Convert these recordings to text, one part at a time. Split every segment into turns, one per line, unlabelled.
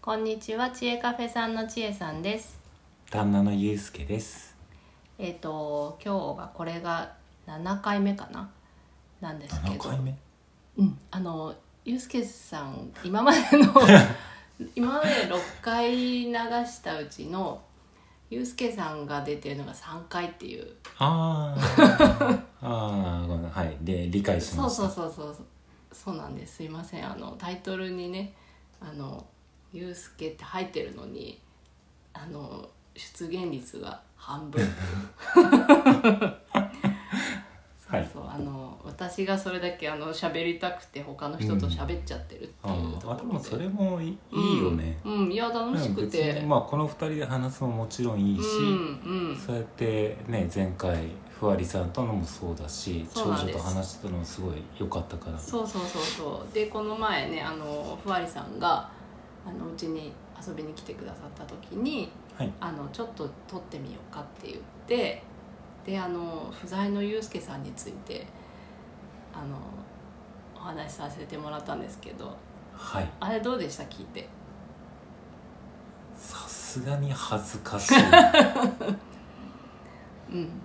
こんにちは、ちえカフェさんのちえさんです。
旦那のゆうすけです
えっ、と今日がこれが7回目かななんですけど、
7回目
うん、あのゆうすけさん今までの 今まで6回流したうちのゆうすけさんが出てるのが3回っていう。
あ ーあーごめんはいで理解し
そ
ま
う
した
そうそうそうそうなんですすいませんあのタイトルにね「あのゆうすけ」って入ってるのにあの出現率が半分そ
は
う
い
そう、あの私がそれだけあの喋りたくて他の人と喋っちゃってるって
あ
いうと
ーあ
こ
で
ろ
も
で、
それもいいいいよね、
うん、うんいや楽しく
別
て
にまあこの二人で話すのももちろんいいし、
うんうん
そうやってね前回ふわりさんとのもそうだし
そうなん
長
で
女
す
と話してたのもすごい良かったから
そうそうそうそうでこの前ねあのふわりさんがあのうちに遊びに来てくださった時に
はい
あのちょっと撮ってみようかって言ってであの不在のゆうすけさんについてあのお話しさせてもらったんですけど
はい
あれどうでした聞いて
さすがに恥ずか しい
うん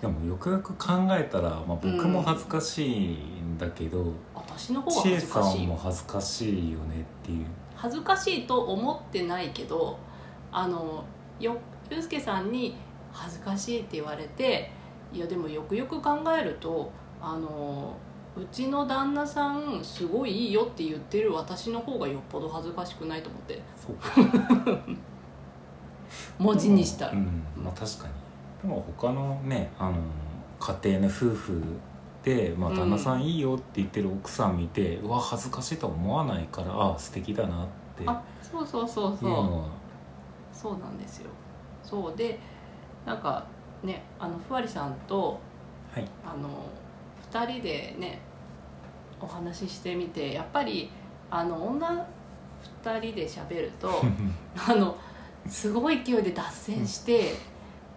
でもよくよく考えたら、まあ、僕も恥ずかしいんだけど、
私の方が
ちえ
恥ず
さ
かし
ん
い
も恥ずかしいよねっていう
恥ずかしいと思ってないけどあのよゆうすけさんに恥ずかしいって言われていやでもよくよく考えるとあのうちの旦那さんすごいいいよって言ってる私の方がよっぽど恥ずかしくないと思って
そう
文字にしたら、
うんまあ確かにでも他のねあの家庭の夫婦で、まあ、
うん
旦那さんいいよって言ってる奥さん見て、うわ恥ずかしいとは思わないからああ素敵だなっていう
あそうそうそうそう、
のは
そうなんですよそうでなんかねあのふわりさんと
はい
あの2人でねお話ししてみてやっぱりあの女2人で喋るとあのすごい勢いで脱線して、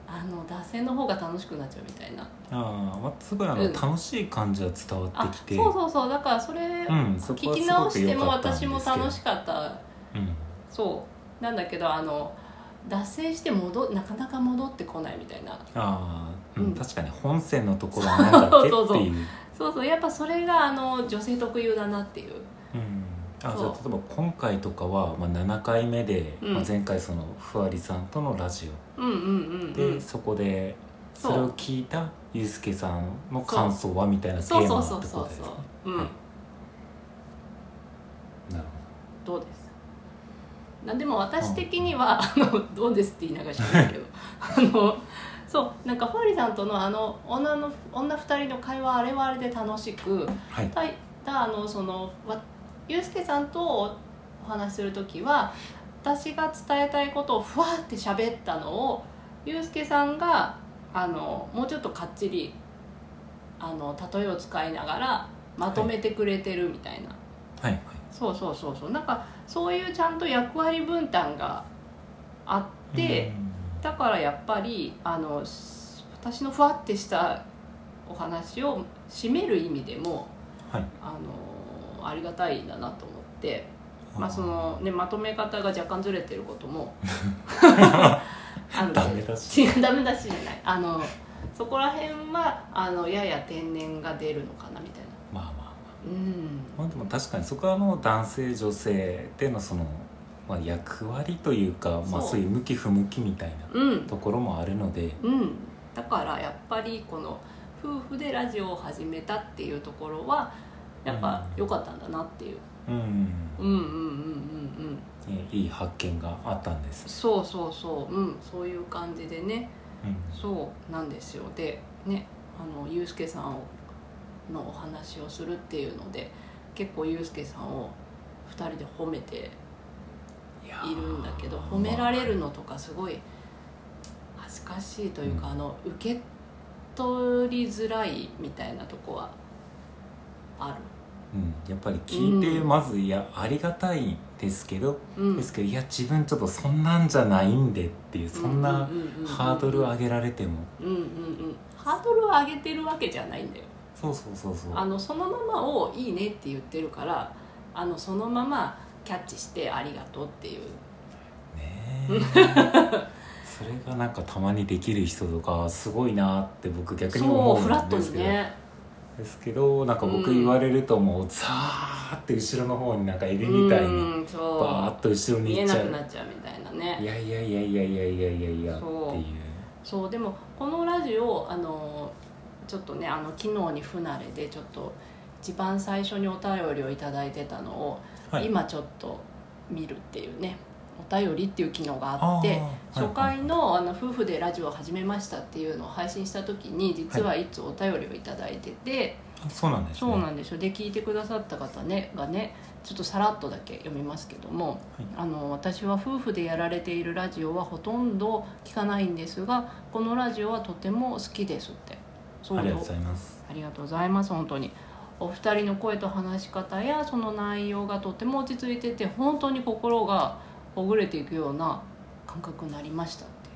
あの脱線の方が楽しくなっちゃうみたいな
ああ、まあ、すごいあの、
うん
楽しい感じは伝わ
あ
ってきて
そうそうそうだからそれ
うんそこ
聞
はすごく
き直して
良
も
かったんです
私
けど
も楽しかった
うん
そうなんだけどあの脱線して戻なかなか戻ってこないみたいな
ああ、う
うん
ん、確かに本線のところはなんだっけ
そうそうそう
っていう
そうそうやっぱそれがあの女性特有だなっていう
うんあじ
そ
ゃ
う
あ例えば今回とかは、まあ、7回目で、
うん
まあ、前回そのふわりさんとのラジ
うんうんうん、う
オ
ん、
で、そこで
そう
それを聞いたゆうすけさんの感想はみたいなテ
そう
ー
そ
マ
う
って
そ
こ
うそう
とですね
そううん
はいなる
どうですなでも私的には「あのどうです」って言いながらしゃべるけ どあのそうなんかファーリさんとのあの女の女2人の会話あれはあれで楽しく
ほどはい
ただあのそのわゆうすけさんとお話しする時は私が伝えたいことをふわって喋ったのをゆうすけさんがあのもうちょっとかっちりあの例えを使いながらまとめてくれてるみたいな、
はいはい
そうそうそうそうなんかそういうちゃんと役割分担があって、だからやっぱりあのす私のふわってしたお話を締める意味でも
うんはい
あのありがたいんだなと思って、まあそのね、まとめ方が若干ずれてること もあの
ダメだし
違うダメだしじゃないあのそこら辺はあのやや天然が出るのかなみたいな
まあまあま
うん
あ、まあ、でも確かにそこはもう男性女性でのその、まあ、役割というかまあ、
そう
そういう向き不向きみたいな
うん
ところもあるので、
うん、だからやっぱりこの夫婦でラジオを始めたっていうところはやっぱ良かったんだなっていう、
うん
うん、うんうんうんうん
ねいい発見があったんです、
そうそうそううんそういう感じでね
うん
そうなんですよでねあのゆうすけさんをのお話をするっていうので結構ゆうすけさんを2人で褒めて
いやー
いるんだけど褒められるのとかすごい恥ずかしいというか、
うん
あの受け取りづらいみたいなとこはあ
うん、やっぱり聞いてまずいやありがたいですけど、
る、うん
ですけどいや自分ちょっとそんなんじゃないんでっていうそんな
うううう
ハードル上げられても、
うんうんうんハードルを上げてるわけじゃないんだよ
そうそうそうそう
あのそのままを「いいね」って言ってるからあのそのままキャッチしてありがとうっていう
ねえそれがなんかたまにできる人とかすごいなって僕逆に
そう
思
フラ
う
ッ
ん
ト
です
に
けど
ね
ですけどなんか僕
うん
言われるともうザーって後ろの方になんかエビみたいに
うん
バー
そ
ッと後ろ
う
に
見
行
え
っち
な
ゃ
く
う
なっちゃうみたいなね
いやいやいやいやいやいやいやいやって
そう
いう
そうでもこのラジオあのちょっとねあの昨日に不慣れでちょっと一番最初にお便りを頂いただいてたのを、
はい
今ちょっと見るっていうねお便りっていう機能があ
あ
っ
ー
て
はい
初回のあの夫婦でラジオを始めましたっていうのを配信した時に実はいつお便りを頂いただいてて、
あそうなんですね
そうなんですよで聞いてくださった方、ね、がねちょっとさらっとだけ読みますけども、
はい
あの私は夫婦でやられているラジオはほとんど聞かないんですがこのラジオはとても好きですってそ
あ
う
りがと
よ
うございます
ありがとうございます本当にお二人の声と話し方やその内容がとても落ち着いてて本当に心がほぐれていくような感覚になりましたって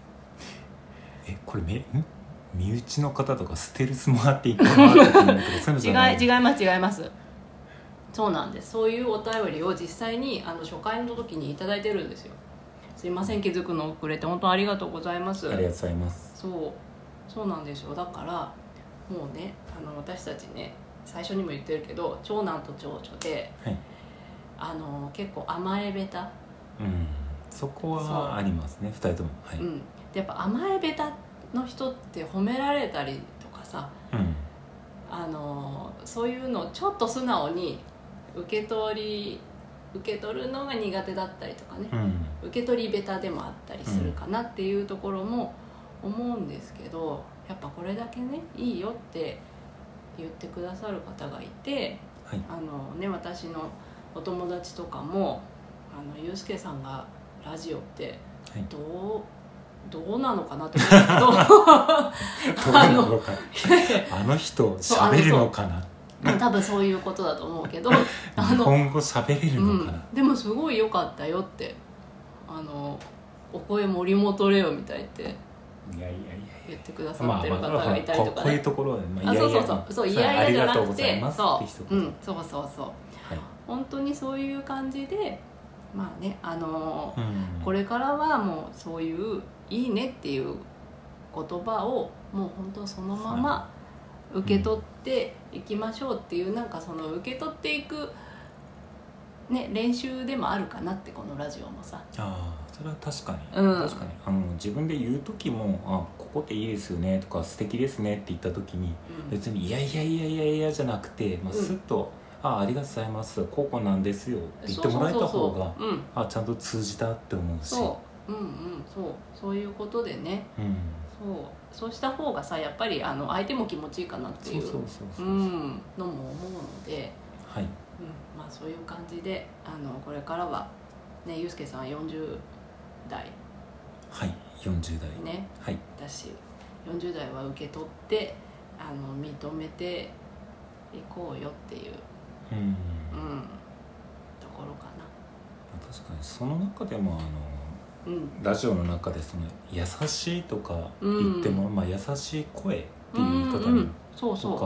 えこれめん身内の方とかステルスもらっていくのかなって言うんだけどそういうの
違
じゃない
い違います違いますそうなんですそういうお便りを実際にあの初回の時に頂いただいてるんですよすいません気づくの遅れて本当ありがとうございます
ありがとうございます
そうそうなんですよだからもうねあの私たちね最初にも言ってるけど長男と長女で
はい
あの結構甘えべた、
うんそこ
そう
はありますね二人ともはい、
う
うん
ん、でやっぱ甘えべたの人って褒められたりとかさあのそういうのをちょっと素直に受け取り受け取るのが苦手だったりとかね、
うん
受け取りベタでもあったりするかなっていうところも思うんですけどやっぱこれだけねいいよって言ってくださる方がいて
はい
あの、ね、私のお友達とかもあのゆうすけさんがラジオって
はい
どう、どうなのかなって思うんだけ どあの
どうなのかあの人喋るのかな
まあ多分そういうことだと思う けどあ
日
の
本語喋れるのかな、
うん、でもすごい良かったよってあのお声森本レオみたいって
いやいやいや
言ってくださ
ま
っ
あ
てる
ま
方
あま
が
あ
いたりと
こ
か
こういう
ね
ところはまあ
あそうそうそうそういやいやじゃな
ありがとう
く
ござい
て
ます
そ
って一
う、
言
うん、そうそうそう
はい
本当にそういう感じでまあねあのー
うん
これからはもうそういう「いいね」っていう言葉をもう本当そのまま受け取っていきましょうっていうなんかその受け取っていく、ね、練習でもあるかなってこのラジオもさ
ああそれは確かに、
うん
確かにあの自分で言う時も「あここっていいですよね」とか「素敵ですね」って言った時に
うん
別に「いやいやいやいやいや」じゃなくて、まあ、
うん
スッと「ああありがとうございますこうこうなんですよ」って言ってもらえた
そ
方
うそう
が
そううん
あちゃんと通じたって思うし
そううんうんそうそういうことでね
うん、
そうそうした方がさやっぱりあの相手も気持ちいいかなって
そ
いうう
そうそうそう、
うんのも思うので、
はい
うん、まあそういう感じであのこれからはねゆうすけさんは40代
はい40代
ね
はい
だし40代は受け取ってあの認めていこうよっていう、
うん
うん、ところかな。
確かにその中でもあの
うん
ラジオの中でその「優しい」とか言っても、まあ、優しい声っていう言い方
うんう
に
んそう
と
そう
か、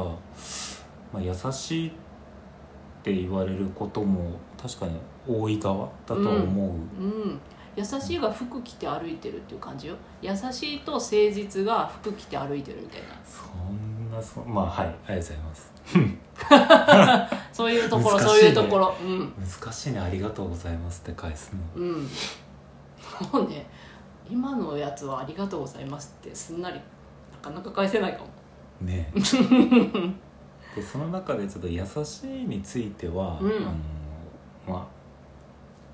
まあ、優しいって言われることも確かに多い側だとは思う、
うん、優しいが服着て歩いてるっていう感じよ優しいと誠実が服着て歩いてるみたいな
そんなそまあはいありがとうございます
そういうところ、
難しいね
そういうところうん
難しいね「ありがとうございます」って返すの
うんそうね今のやつは「ありがとうございます」ってすんなりなかなか返せないかも
ね でその中でちょっと「優しい」については、
うん
あのまあ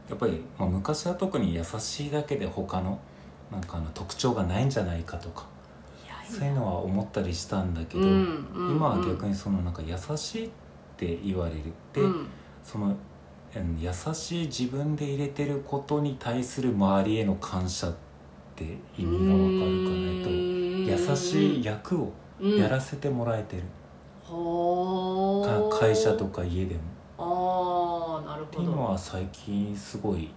やっぱり、まあ、昔は特に「優しい」だけで他のなんかあの特徴がないんじゃないかとか
いや
そういうのは思ったりしたんだけ
うん
ど、
うん、
今は逆
に
にそのなんか優しいって言われるで、
うん
そのうん優しい自分で入れてることに対する周りへの感謝って意味が分かるかないと優しい役をやらせてもらえてる、か
ほ
会社と
か
か家でも
ああなる
って
ほ
いうの
ど
は最近すごい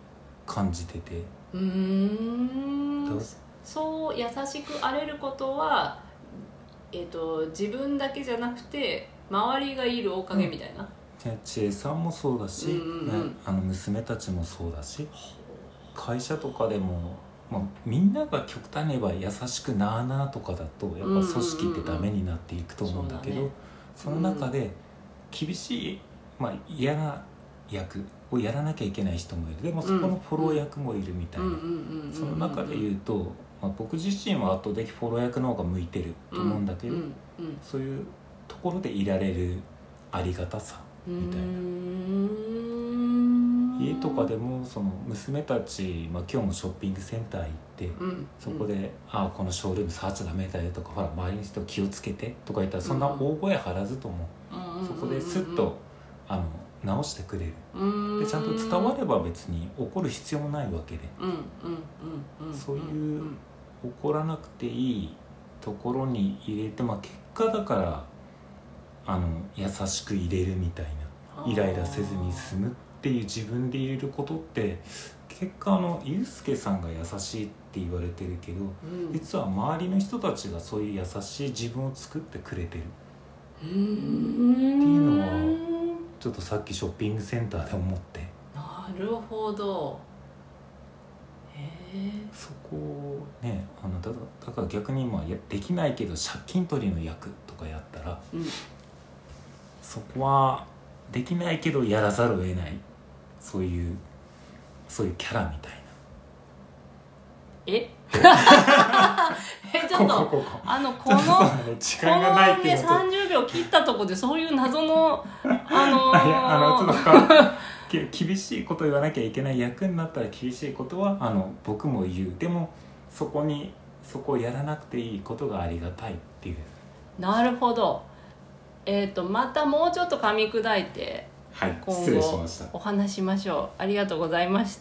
感じてて
うー
ど
ん
う
そう優しくあれることは、えっと自分だけじゃなくて周りがいるおかげみたいな、
で知恵さんもそうだし、ね
うんうんうん
あの娘たちもそうだし会社とかでも、まあ、みんなが極端に言えば優しくなあなあとかだとやっぱ組織ってダメになっていくと思うんだけど、
うんうんうん
その中で厳しい、まあ、嫌な役をやらなきゃいけない人もいるでもそこのフォロー役もいるみたいな、その中で言うと、まあ、僕自身は圧倒的フォロー役の方が向いてると思うんだけど、
うんうん
そういうところでいられるありがたさ
うん、
みたいな
な
家とかでもその娘たち、まあ、今日もショッピングセンター行って、
うん、
そこで「ああこのショールーム触っちゃダメだよ」とか「ほら周りの人気をつけて」とか言ったらそんな大声張らずとも、
うん、うん
そこですっと、あの直してくれるでちゃんと伝われば別に怒る必要もないわけで
うんうんうんうん、
そういう怒らなくていいところに入れて、まあ、結果だからあの優しく入れるみたいな。イライラせずに済むっていう自分で入れることって結果あのユうスケさんが優しいって言われてるけど
む
実は周りの人たちがそういう優しい自分を作ってくれてる
っていう
のはちょっとさっきショッピングセンターで思って
なるほどへえ
そこをねあのだだから逆にまあやできないけど借金取りの役とかやったら
うん
そこはできないけどやらざるを得ないそういうそういうキャラみたい
え えち
な
ょっ
こ
と
こここ
あのこ
ちょっとそう
の
なの時
こ
間がないっ
の
ていう
ね
のと
30秒切ったとこでそういう謎の
あいやあの
あ
ちょ
の
っとか き厳しいこと言わなきゃいけない役になったら厳しいことはあの僕も言うでもそこにそこをやらなくていいことがありがたいっていう
なるほどえっ、とまたもうちょっと噛み砕いて
はい
今後
失礼しました
お話ししましょうありがとうございました